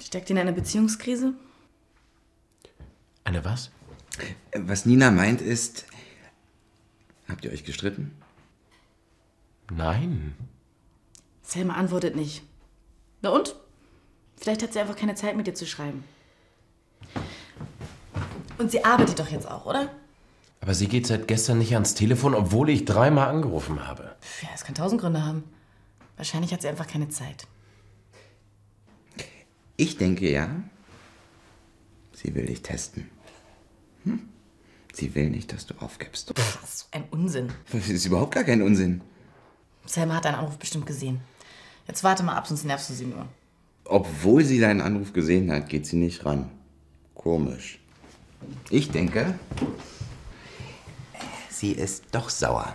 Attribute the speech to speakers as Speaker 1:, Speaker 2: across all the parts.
Speaker 1: Steckt ihr in einer Beziehungskrise?
Speaker 2: Eine was?
Speaker 3: Was Nina meint ist, habt ihr euch gestritten?
Speaker 2: Nein.
Speaker 1: Selma antwortet nicht. Na und? Vielleicht hat sie einfach keine Zeit, mit dir zu schreiben. Und sie arbeitet doch jetzt auch, oder?
Speaker 2: Aber sie geht seit gestern nicht ans Telefon, obwohl ich dreimal angerufen habe.
Speaker 1: Pff, ja, es kann tausend Gründe haben. Wahrscheinlich hat sie einfach keine Zeit.
Speaker 3: Ich denke ja, sie will dich testen. Hm? Sie will nicht, dass du aufgibst.
Speaker 1: Pff, das ist so ein Unsinn.
Speaker 3: Das ist überhaupt gar kein Unsinn.
Speaker 1: Selma hat deinen Anruf bestimmt gesehen. Jetzt warte mal ab, sonst nervst du sie nur.
Speaker 3: Obwohl sie deinen Anruf gesehen hat, geht sie nicht ran. Komisch. Ich denke, sie ist doch sauer.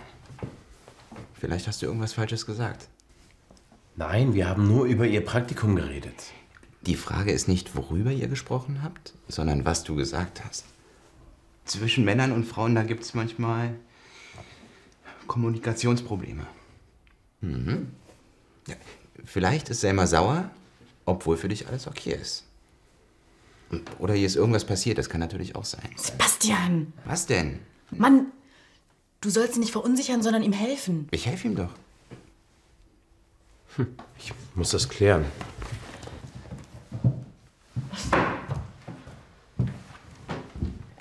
Speaker 3: Vielleicht hast du irgendwas Falsches gesagt.
Speaker 2: Nein, wir haben nur über ihr Praktikum geredet.
Speaker 3: Die Frage ist nicht, worüber ihr gesprochen habt, sondern was du gesagt hast. Zwischen Männern und Frauen, da gibt es manchmal Kommunikationsprobleme. Mhm. Ja, vielleicht ist Selma sauer, obwohl für dich alles okay ist. Oder hier ist irgendwas passiert, das kann natürlich auch sein.
Speaker 1: Sebastian!
Speaker 3: Was denn?
Speaker 1: Mann, du sollst ihn nicht verunsichern, sondern ihm helfen.
Speaker 3: Ich helfe ihm doch.
Speaker 2: Hm, ich muss das klären.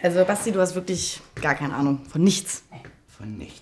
Speaker 1: Also, Basti, du hast wirklich gar keine Ahnung von nichts.
Speaker 3: Von nichts.